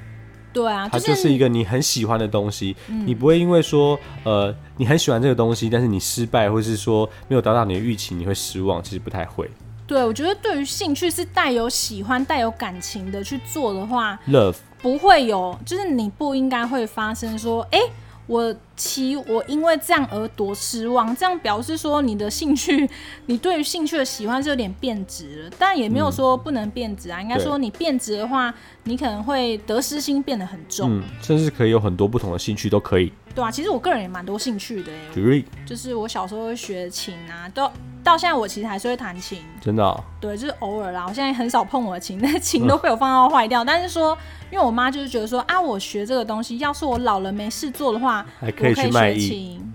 B: 对啊，
A: 它
B: 就嗯
A: 就是一个你很喜欢的东西，你不会因为说呃你很喜欢这个东西，但是你失败或是说没有达到你的预期，你会失望，其实不太会。
B: 对，我觉得对于兴趣是带有喜欢、带有感情的去做的话，
A: Love
B: 不会有，就是你不应该会发生说，哎、我期我因为这样而多失望，这样表示说你的兴趣，你对于兴趣的喜欢是有点变质了，但也没有说不能变质啊，应该
A: 对
B: 说你变质的话，你可能会得失心变得很重，
A: 嗯，甚至可以有很多不同的兴趣都可以。
B: 对啊，其实我个人也蛮多兴趣的、欸，
A: 举例，
B: 就是我小时候会学琴啊，到到现在我其实还是会弹琴，
A: 真的哦、
B: 对，就是偶尔啦。我现在很少碰我的琴， 那琴都被我放到坏掉。但是说，因为我妈就是觉得说啊，我学这个东西，要是我老了没事做的话，
A: 还
B: 我
A: 可以去卖艺
B: 学琴。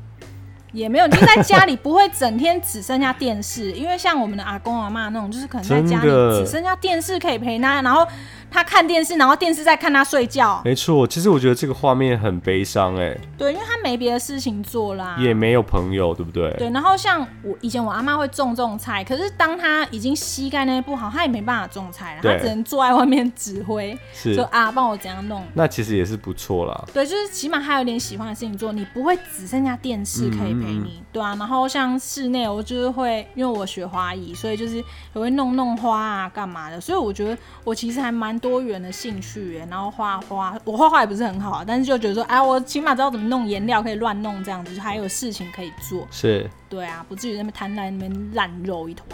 B: 也没有，就是在家里不会整天只剩下电视，因为像我们的阿公阿妈那种，就是可能在家里
A: 真的
B: 只剩下电视可以陪他，然后他看电视，然后电视在看他睡觉。
A: 没错。其实我觉得这个画面很悲伤，哎，
B: 对，因为他没别的事情做啦。
A: 也没有朋友，对不对？
B: 啊对，然后像我以前我阿妈会种种菜，可是当她已经膝盖那些不好，她也没办法种菜了，她
A: 对，
B: 只能坐在外面指挥。就是啊，帮我怎样弄？
A: 那其实也是不错啦。
B: 对，就是起码还有点喜欢的事情做，你不会只剩下电视可以陪你，对啊。然后像室内，我就是会，因为我学花艺，所以就是也会弄弄花啊，干嘛的。所以我觉得我其实还蛮多元的兴趣耶，然后画画，我画画也不是很好啊，但是就觉得说，哎，我起码知道怎么弄颜料，可以乱弄这样子，就还有事情可以做。
A: 是
B: 对啊，不至于在那边贪婪那边烂肉一坨。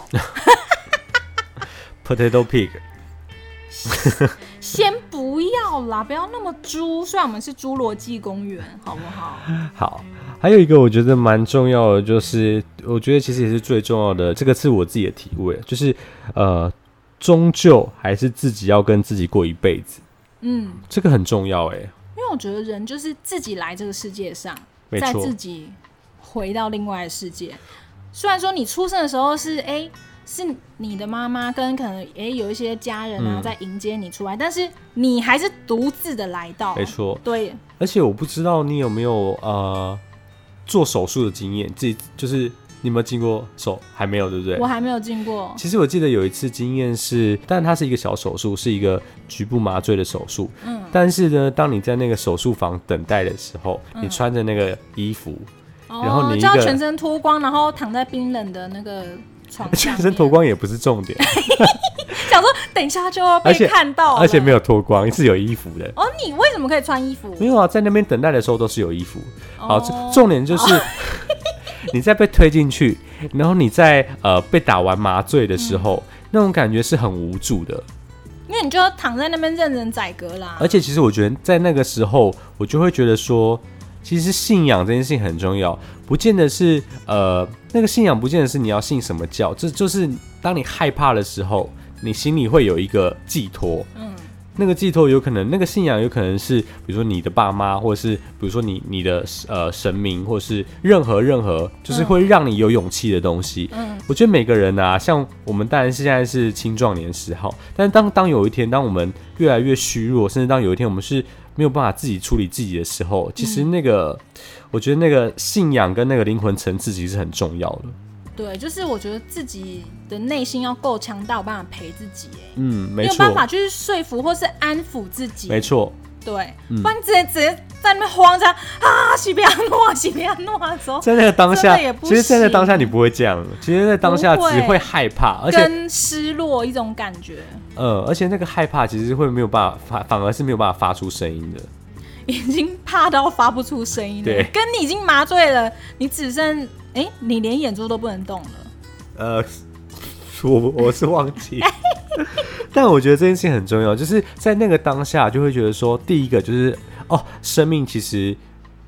A: Potato Pig，
B: 先不要啦，不要那么猪。虽然我们是侏罗纪公园，好不好？
A: 好，还有一个我觉得蛮重要的，就是我觉得其实也是最重要的，这个是我自己的体会，啊就是呃，终究还是自己要跟自己过一辈子，
B: 嗯，
A: 这个很重要哎、
B: 因为我觉得人就是自己来这个世界上，
A: 没
B: 再
A: 错
B: 自，己回到另外的世界。虽然说你出生的时候是哎、诶是你的妈妈跟可能哎、诶有一些家人啊、
A: 嗯
B: 在迎接你出来，但是你还是独自的来到。
A: 没错。
B: 对，
A: 而且我不知道你有没有呃做手术的经验，自己就是你有没有经过手？还没有，对不对
B: 我？还没有进过。
A: 其实我记得有一次经验是，但它是一个小手术，是一个局部麻醉的手术。
B: 嗯
A: 但是呢，当你在那个手术房等待的时候，
B: 嗯
A: 你穿着那个衣服，然
B: 哦
A: 后你一
B: 就
A: 个
B: 要全身脱光，然后躺在冰冷的那个床上面，
A: 全身脱光也不是重点，
B: 想说等一下就要被
A: 而且
B: 看到
A: 而且没有
B: 有。
A: 脱光，是有衣服的。
B: 哦，你为什么可以穿衣服？
A: 没有啊，在那边等待的时候都是有衣服。好，重
B: 哦
A: 重点就是 你在被推进去，然后你在呃被打完麻醉的时候，
B: 嗯
A: 那种感觉是很无助的。
B: 因为你就躺在那边任人宰割啦。
A: 而且其实我觉得在那个时候，我就会觉得说，其实信仰这件事情很重要，不见得是呃那个信仰，不见得是你要信什么教，这就是当你害怕的时候，你心里会有一个寄托。
B: 嗯，
A: 那个寄托有可能，那个信仰有可能是，比如说你的爸妈，或者是比如说你你的呃神明，或者是任何任何，就是会让你有勇气的东西。
B: 嗯，
A: 我觉得每个人啊，像我们当然是现在是青壮年时候，但是当当有一天，当我们越来越虚弱，甚至当有一天我们是没有办法自己处理自己的时候，其实那个、我觉得那个信仰跟那个灵魂层次其实很重要的。
B: 对，就是我觉得自己的内心要够强大，有办法陪自己、欸，
A: 嗯，没
B: 没有
A: 错
B: 办，法去说服或是安抚自己，
A: 没错，嗯
B: 对，不然你直接直接在那边慌张啊，西比亚诺，西比亚诺的时候，
A: 在那个当下
B: 真的也，不
A: 其实，在那个
B: 行
A: 当下你不会这样，其实，在当下
B: 不会
A: 只会害怕，而且
B: 跟失落一种感觉，
A: 呃，而且那个害怕其实会没有办法发，反而是没有办法发出声音的。
B: 已经怕到发不出声音
A: 对
B: 了，跟你已经麻醉了，你只剩哎、你连眼珠都不能动了。
A: 呃，我我是忘记，
B: 哎
A: 但我觉得这件事情很重要，就是在那个当下就会觉得说，第一个就是哦，生命其实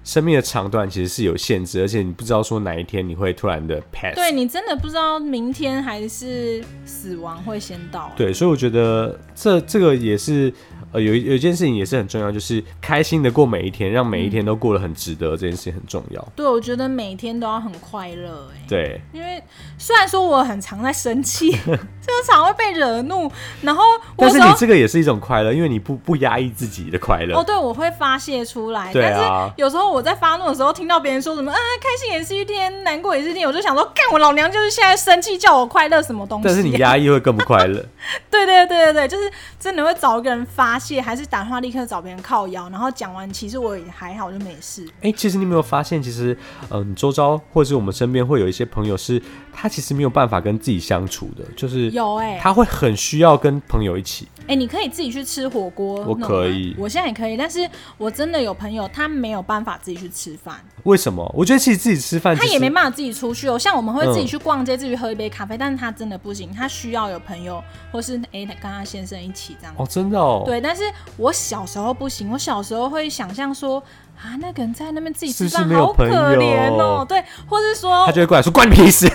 A: 生命的长短其实是有限制，而且你不知道说哪一天你会突然的 pass。
B: 对你真的不知道明天还是死亡会先到、欸
A: 对，所以我觉得这这个也是呃，有一有一件事情也是很重要，就是开心的过每一天，让每一天都过得很值得，这件事情很重要。
B: 对，我觉得每天都要很快乐、哎。
A: 对，
B: 因为虽然说我很常在 生气，就是常会被惹怒，然后我
A: 但是
B: 有时
A: 你
B: 候
A: 这个也是一种快乐，因为你不不压抑自己的快乐。
B: 哦，对，我会发泄出来，
A: 对
B: 但
A: 啊
B: 是有时候我在发怒的时候，听到别人说什么啊，开心也是一天，难过也是一天，我就想说，干我老娘就是现在生气，叫我快乐什么东西、
A: 但是你，压抑会更不快乐。
B: 对对对对对，就是真的会找一个人发泄，还是打电话立刻找别人靠腰，然后讲完，其实我也还好，就没事。
A: 哎、其实你有没有发现，其实嗯、你周遭或是我们身边会有一些朋友是，他其实没有办法跟自己相处的，就是
B: 有哎、
A: 他会很需要跟朋友一起。
B: 哎、你可以自己去吃火锅那
A: 我
B: 种吗，
A: 可以
B: 我现在也可以，但是我真的有朋友他没有办法自己去吃饭，
A: 为什么？我觉得其实自己吃饭，
B: 他也没办法自己出去哦。像我们会
A: 嗯
B: 自己去逛街，自己去喝一杯咖啡，但是他真的不行，他需要有朋友或是诶跟他先生一起这样。
A: 哦，真的哦，，
B: 对，但是我小时候不行，我小时候会想象说啊，那个人在那边自己吃
A: 是
B: 饭
A: 不是没有
B: 好可怜
A: 朋友
B: 哦，对，或是说
A: 他就会过来说关你屁事。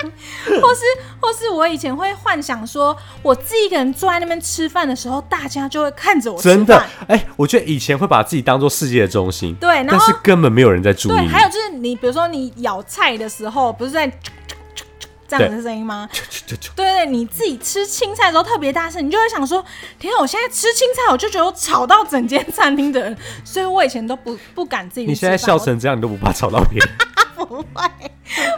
B: 或是或是我以前会幻想说，我自己一个人坐在那边吃饭的时候，大家就会看 着我吃
A: 真的
B: 饭。，
A: 哎、我觉得以前会把自己当做世界的中心，
B: 对然后
A: 但是根本没有人在注意
B: 对，
A: 你。
B: 还有就是你，比如说你咬菜的时候，不是在这样的声音吗？
A: 就就
B: 对对，你自己吃青菜的时候特别大声，你就会想说：天啊，我现在吃青菜，我就觉得我吵到整间餐厅的人，所以我以前都不不敢自己去
A: 你
B: 吃
A: 现
B: 饭。
A: 在笑成这样，你都不怕吵到别人？
B: 我，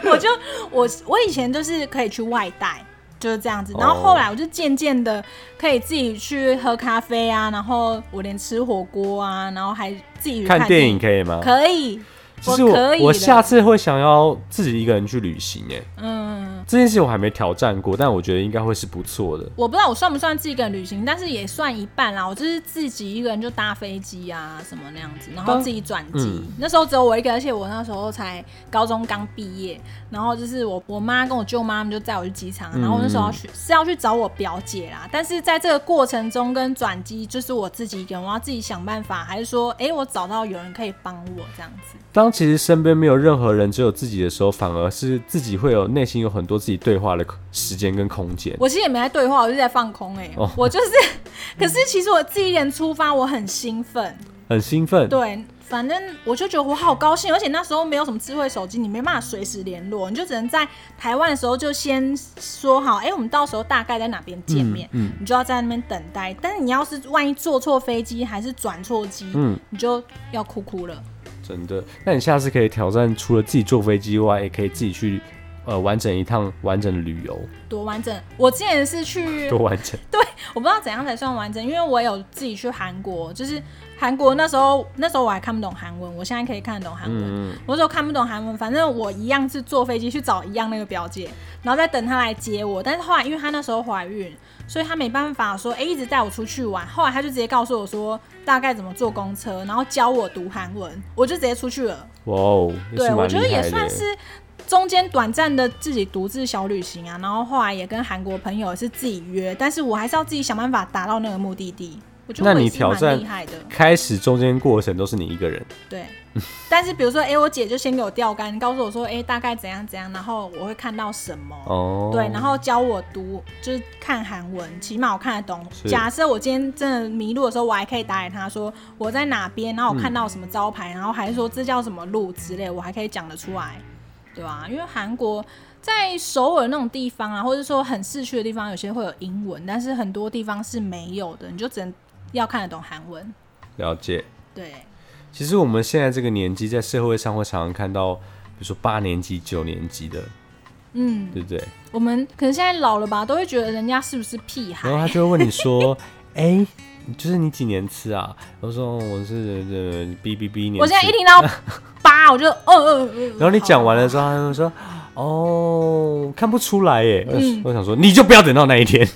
B: 我就我我以前就是可以去外带。就是这
A: 哦
B: 样子，然后后来我就渐渐的可以自己去喝咖啡啊，然后我连吃火锅啊，然后还自己去
A: 看
B: 电
A: 电影可以吗？
B: 可以，
A: 其实
B: 我可
A: 我
B: 以
A: 我
B: 的
A: 下次会想要自己一个人去旅行诶，
B: 嗯，
A: 这件事我还没挑战过，但我觉得应该会是不错的。
B: 我不知道我算不算自己一个人旅行，但是也算一半啦。我就是自己一个人就搭飞机啊，什么那样子，然后
A: 当
B: 自己转机。
A: 嗯
B: 那时候只有我一个，而且我那时候才高中刚毕业，然后就是我我妈跟我舅妈他们就载我去机
A: 嗯
B: 场，然后我那时候要去是要去找我表姐啦。但是在这个过程中跟转机，就是我自己一个人，我要自己想办法，还是说，哎、我找到有人可以帮我这样子。
A: 当其实身边没有任何人，只有自己的时候，反而是自己会有内心有很多自己对话的时间跟空间。
B: 我其实也没在对话，我就在放空哎、
A: 哦
B: 我就是， 可是其实我自己一个人出发，我很兴奋。
A: 很兴奋，嗯
B: 对，反正我就觉得我好高兴，而且那时候没有什么智慧手机，你没办法随时联络，你就只能在台湾的时候就先说好，哎、我们到时候大概在哪边见面，
A: 嗯
B: 你就要在那边等待。但是你要是万一坐错飞机还是转错机，
A: 嗯，
B: 你就要哭哭了。
A: 真的。那你下次可以挑战，除了自己坐飞机外，也可以自己去呃完整一趟完整的旅游，
B: 多完整！我之前是去
A: 多完整。
B: 我不知道怎样才算完整，因为我有自己去韩国，就是韩国那时候那时候我还看不懂韩文，我现在可以看得懂韩文。
A: 嗯，
B: 我那时候看不懂韩文，反正我一样是坐飞机去找一样那个表姐，然后再等她来接我。但是后来因为她那时候怀孕，所以她没办法说哎、诶一直带我出去玩。后来她就直接告诉我说大概怎么坐公车，然后教我读韩文，我就直接出去了。
A: 哇哦，也
B: 对，
A: 是
B: 我
A: 蛮
B: 觉得
A: 厉
B: 也
A: 害
B: 算
A: 的。
B: 是中间短暂的自己独自小旅行啊，然后后来也跟韩国朋友是自己约，但是我还是要自己想办法达到那个目的地。我觉得
A: 那
B: 我
A: 你
B: 也是
A: 挑
B: 蛮
A: 战
B: 厉害的，
A: 开始、中间、过程都是你一个人，
B: 对。 但是比如说，哎、我姐就先给我钓竿，告诉我说，哎、大概怎样怎样，然后我会看到什么。
A: 哦，
B: 对，然后教我读，就是看韩文，起码我看得懂。
A: 是
B: 假设我今天真的迷路的时候，我还可以打给他说我在哪边，然后我
A: 嗯
B: 看到什么招牌，然后还说这叫什么路之类，我还可以讲得出来，对吧、因为韩国在首尔那种地方啊，或者说很市区的地方，有些会有英文，但是很多地方是没有的，你就只能要看得懂韩文。
A: 了解。
B: 对，
A: 其实我们现在这个年纪，在社会上会常常看到，比如说八年级、九年级的，
B: 嗯，
A: 对不对？
B: 我们可能现在老了吧，都会觉得人家是不是屁孩
A: 然？后他就会问你说：“哎、就是你几年次啊？”我说：“我是呃 B B B 年。”
B: 我现在 一听到八，我就哦哦哦。
A: 然后你讲完
B: 了。
A: 了之后，他就说：“哦，看不出来耶。我
B: 嗯
A: 我想说，你就不要等到那一天。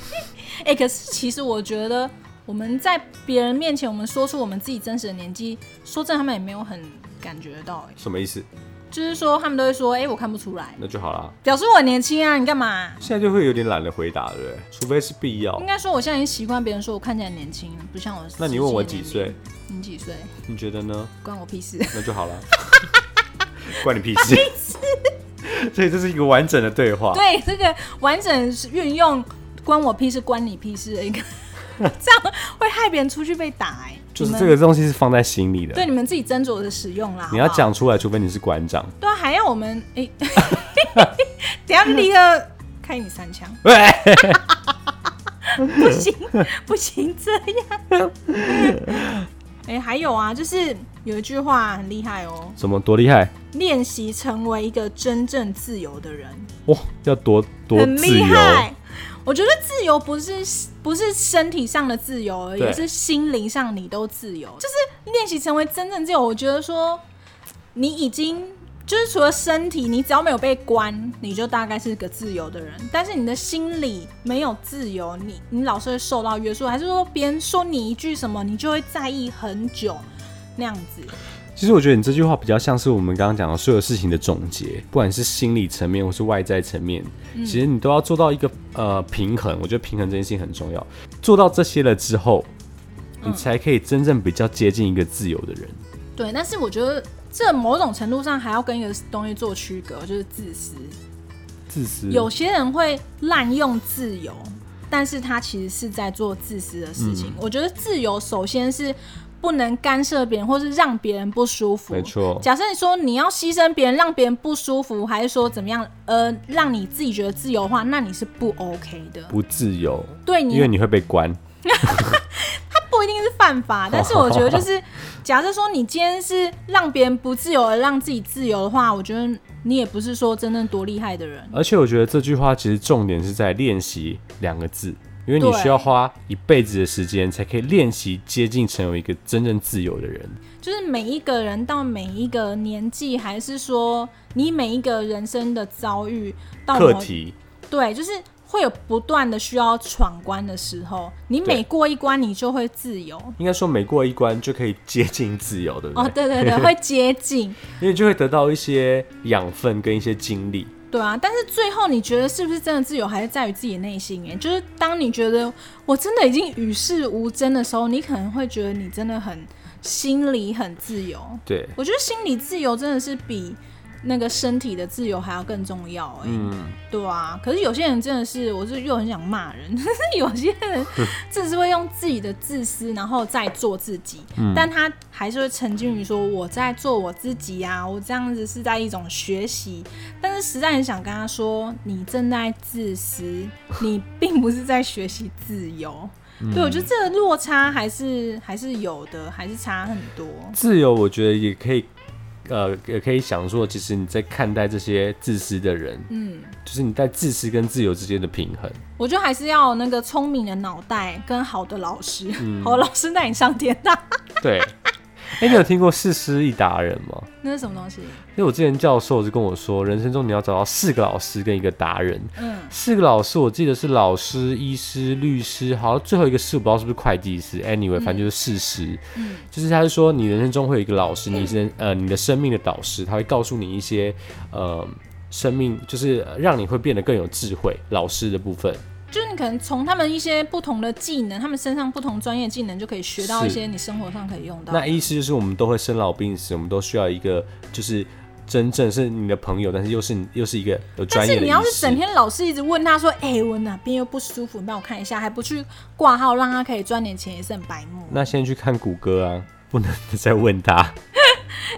B: 哎、可是其实我觉得我们在别人面前，我们说出我们自己真实的年纪，说真的，他们也没有很感觉到、欸，
A: 什么意思？
B: 就是说他们都会说，哎、我看不出来，
A: 那就好啦。
B: 表示我很年轻啊，你干嘛？
A: 现在就会有点懒得回答，对不对？除非是必要
B: 应。该说我现在已经习惯别人说我看起来年轻，不像我。
A: 那你问我几岁？？
B: 你几岁？
A: 你觉得呢？
B: 关我屁事。
A: 那就好了， 关你屁事。所以这是一个完整的对话。
B: 对，这个完整是运用关我屁事，关你屁事 的一个，这样会害别人出去被打、欸。
A: 就是
B: 你
A: 这
B: 们
A: 个东西是放在心里的
B: 对。你们自己斟酌的使用啦。
A: 你要
B: 好不好
A: 讲出来，除非你是馆长。
B: 对啊，还要我们 哎，等一下就立刻开你三枪，
A: 喂，
B: 不行不行这样。哎、还有啊，就是有一句话很厉害哦，
A: 怎么多厉害？
B: 练习成为一个真正自由的人，
A: 哇，要多多
B: 很
A: 自
B: 厉
A: 由，
B: 害。我觉得自由不是不是身体上的自由而已，
A: 对
B: 是心灵上你都自由，就是练习成为真正自由。我觉得说你已经就是除了身体，你只要没有被关，你就大概是个自由的人。但是你的心里没有自由，你你老是会受到约束，还是说别人说你一句什么，你就会在意很久那样子？
A: 其实我觉得你这句话比较像是我们刚刚讲的所有事情的总结，不管是心理层面或是外在层面，
B: 嗯
A: 其实你都要做到一个呃平衡。我觉得平衡这件事情很重要。做到这些了之后，
B: 嗯
A: 你才可以真正比较接近一个自由的人。
B: 对，但是我觉得这某种程度上还要跟一个东西做区隔，就是自私。
A: 自私
B: 有些人会滥用自由，但是他其实是在做自私的事
A: 嗯
B: 情。我觉得自由首先是不能干涉别人，或是让别人不舒服。
A: 没错
B: 假设你说你要牺牲别人，让别人不舒服，还是说怎么样？呃，让你自己觉得自由的话，那你是不 OK 的。
A: 不自由，
B: 对
A: 因为你会被关。
B: 不一定是犯法，但是我觉得就是，假设说你今天是让别人不自由而让自己自由的话，我觉得你也不是说真正多厉害的人。
A: 而且我觉得这句话其实重点是在“练习”两个字。因为你
B: 对
A: 需要花一辈子的时间才可以练习接近成为一个真正自由的人。
B: 就是每一个人到每一个年纪，还是说你每一个人生的遭遇到
A: 课
B: 某
A: 题，
B: 对，就是会有不断的需要闯关的时候，你每
A: 对
B: 过一关，你就会自由。
A: 应该说每过一关就可以接近自由，对不
B: 哦，
A: 对？
B: 对对 对，会接近，
A: 因为就会得到一些养分跟一些经历。
B: 对啊。但是最后你觉得是不是真的自由，还是在于自己的内心？哎，就是当你觉得我真的已经与世无争的时候，你可能会觉得你真的很心里很自由。
A: 对，
B: 我觉得心理自由真的是比那个身体的自由还要更重要哎、
A: 嗯，
B: 对啊，可是有些人真的是，我是又很想骂人， 但是有些人真的是会用自己的自私，然后再做自己，但他还是会沉浸于说我在做我自己啊，我这样子是在一种学习，但是实在很想跟他说，你正在自私，你并不是在学习自由。对，我觉得这个落差还是还是有的，还是差很多。
A: 自由我觉得也可以，呃，也可以想说，其实你在看待这些自私的人，
B: 嗯，
A: 就是你在自私跟自由之间的平衡。
B: 我觉得还是要有那个聪明的脑袋跟好的老师，
A: 嗯
B: 好的老师带你上天 堂。
A: 对， 哎、你有听过四师一达人吗？
B: 那是什么东西？
A: 因为我之前教授就跟我说，人生中你要找到四个老师跟一个达人。
B: 嗯，
A: 四个老师，我记得是老师、医师、律师，好像最后一个是我不知道是不是会计师。Anyway，反正就是事实。
B: 嗯
A: 就是他是说，你人生中会有一个老师，你是呃你的生命的导师，他会告诉你一些呃生命，就是呃让你会变得更有智慧。老师的部分，
B: 就是你可能从他们一些不同的技能，他们身上不同专业技能，就可以学到
A: 是
B: 一些你生活上可以用到。
A: 那医师就是我们都会生老病死，我们都需要一个就是真正是你的朋友，但是又是你又是一个有
B: 但
A: 专业
B: 是
A: 的
B: 你
A: 医
B: 要是
A: 师
B: 整。天老是一直问他说：“哎、我哪边又不舒服，你帮我看一下。”还不去挂号，让他可以赚点钱，也是很白目。
A: 那先去看谷歌啊， 不能再问他。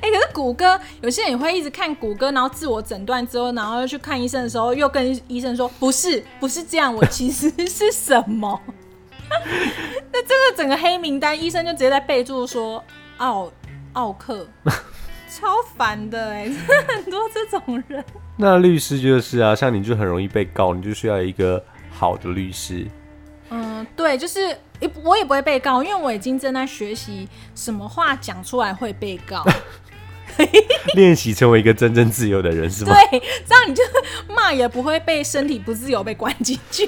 B: 哎、可是谷歌有些人也会一直看谷歌，然后自我诊断之后，然后又去看医生的时候，又跟医生说：“不是，不是这样，我其实 是什么？” 那这个整个黑名单，医生就直接在备注说“奥奥克”，超烦的哎、 很多这种人。
A: 那律师就是啊，像你就很容易被告，你就需要一个好的律师。
B: 嗯，对，就是也不我也不会被告，因为我已经正在学习什么话讲出来会被告。
A: 练习成为一个真正自由的人是吗？
B: 对，这样你就 骂也不会被身体不自由被关进去。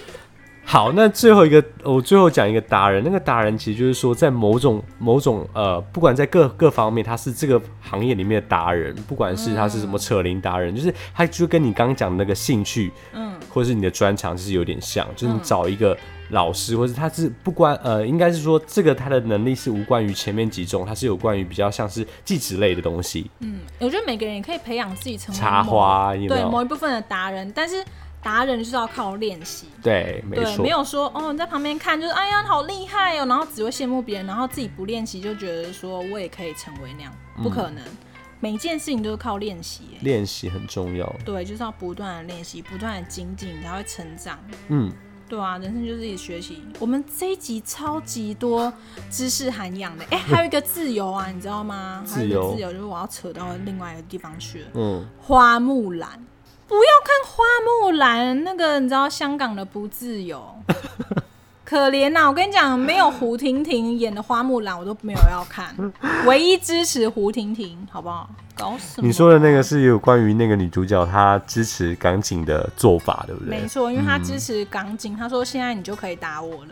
A: 好，那最后一个，我最后讲一个达人。那个达人其实就是说，在某种某种呃，不管在各各方面，他是这个行业里面的达人，不管是他是什么扯铃达人，就是他就跟你刚刚讲的那个兴趣，
B: 嗯，
A: 或是你的专长，就是有点像，就是你找一个老师，或是他是不关呃，应该是说这个他的能力是无关于前面几种，他是有关于比较像是技职类的东西。
B: 嗯，我觉得每个人也可以培养自己成为
A: 插
B: 某
A: 花有没
B: 对
A: 有
B: 某一部分的达人，但是达人就是要靠练习。
A: 对，没
B: 对，
A: 错
B: 没。有说哦，你在旁边看就是哎呀好厉害哦，然后只会羡慕别人，然后自己不练习就觉得说我也可以成为那样，
A: 嗯
B: 不可能。每一件事情都是靠练习耶，
A: 练习很重要，
B: 对，就是要不断的练习，不断的精进，你才会成长。
A: 嗯，
B: 对啊，人生就是一直学习。我们这一集超级多知识涵养的，哎、还有一个自由啊，你知道吗？还有一个
A: 自由
B: 自由就是我要扯到另外一个地方去了。
A: 嗯，
B: 花木兰，不要看花木兰，那个你知道香港的不 自由，可怜呐、我跟你讲，没有胡婷婷演的花木兰，我都没有要看，唯一支持胡婷婷，好不好？搞 什么？啊
A: 你说的那个是有关于那个女主角她支持港警的做法，对不对嗯
B: 没？错，因为他支持港警，他说现在你就可以打我了，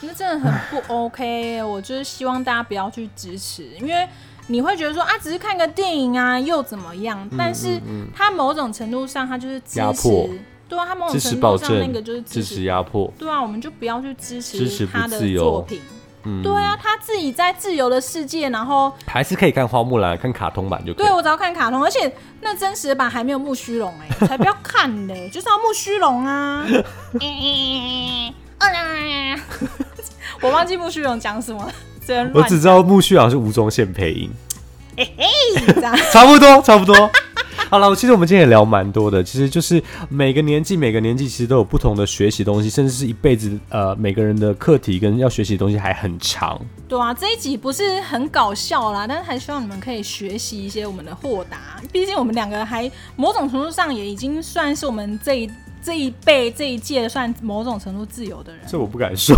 B: 那真的很 不 OK。我就是希望大家不要去支持，因为你会觉得说啊，只是看个电影啊，又怎么样？
A: 嗯
B: 但是他某种程度上，他就是支
A: 压迫
B: 持，对啊，他某种
A: 支持
B: 程
A: 暴
B: 度上那
A: 政
B: 个就是，
A: 支
B: 支
A: 持
B: 持。
A: 压迫，
B: 对啊，我们就不要去支
A: 支持不
B: 他的
A: 自由
B: 作品。
A: 嗯
B: 对啊，他自己在自由的世界，然后
A: 还是可以看花木兰，看卡通版就可以
B: 对。我只要看卡通，而且那真实版还没有木须龙哎，才不要看嘞、就是要木须龙啊！我忘记木须龙讲什么了，真
A: 我
B: 乱
A: 只知道木须好像是吴宗宪配音，
B: 讲。
A: 差不多，差不多。 好了，其实我们今天也聊蛮多的，其实就是每个年纪，每个年纪其实都有不同的学习东西，甚至是一辈子呃每个人的课题跟要学习的东西还很长。
B: 对啊，这一集不是很搞笑啦，但是还希望你们可以学习一些我们的豁达，毕竟我们两个还某种程度上也已经算是我们这一这一辈这一届算某种程度自由的人。
A: 这我不敢说。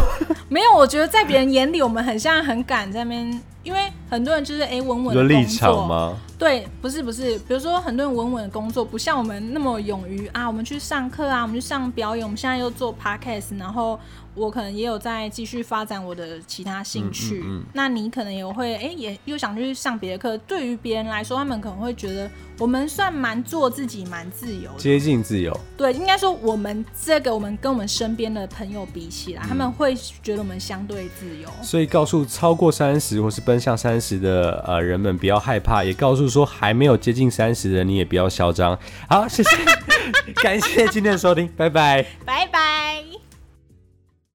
B: 没有，我觉得在别人眼里，我们很像很敢在那边，因为很多人就是哎稳
A: 你
B: 稳
A: 说
B: 的
A: 立
B: 工
A: 场
B: 作，
A: 吗？
B: 对，不是不是，比如说很多人稳稳的工作，不像我们那么勇于啊，我们去上课啊，我们去上表演，我们现在又做 podcast，然后我可能也有在继续发展我的其他兴趣，
A: 嗯嗯嗯
B: 那你可能也会哎也又想去上别的课，对于别人来说，他们可能会觉得我们算蛮做自己，蛮自由的。
A: 接近自由，
B: 对，应该说我们这个，我们跟我们身边的朋友比起来，他们会觉得我们相对自由。
A: 所以告诉超过三十或是奔向三十的呃人们不要害怕，也告诉说还没有接 近三十的人你也不要嚣张。好，谢谢，感谢今天的收听，拜拜。
B: 拜。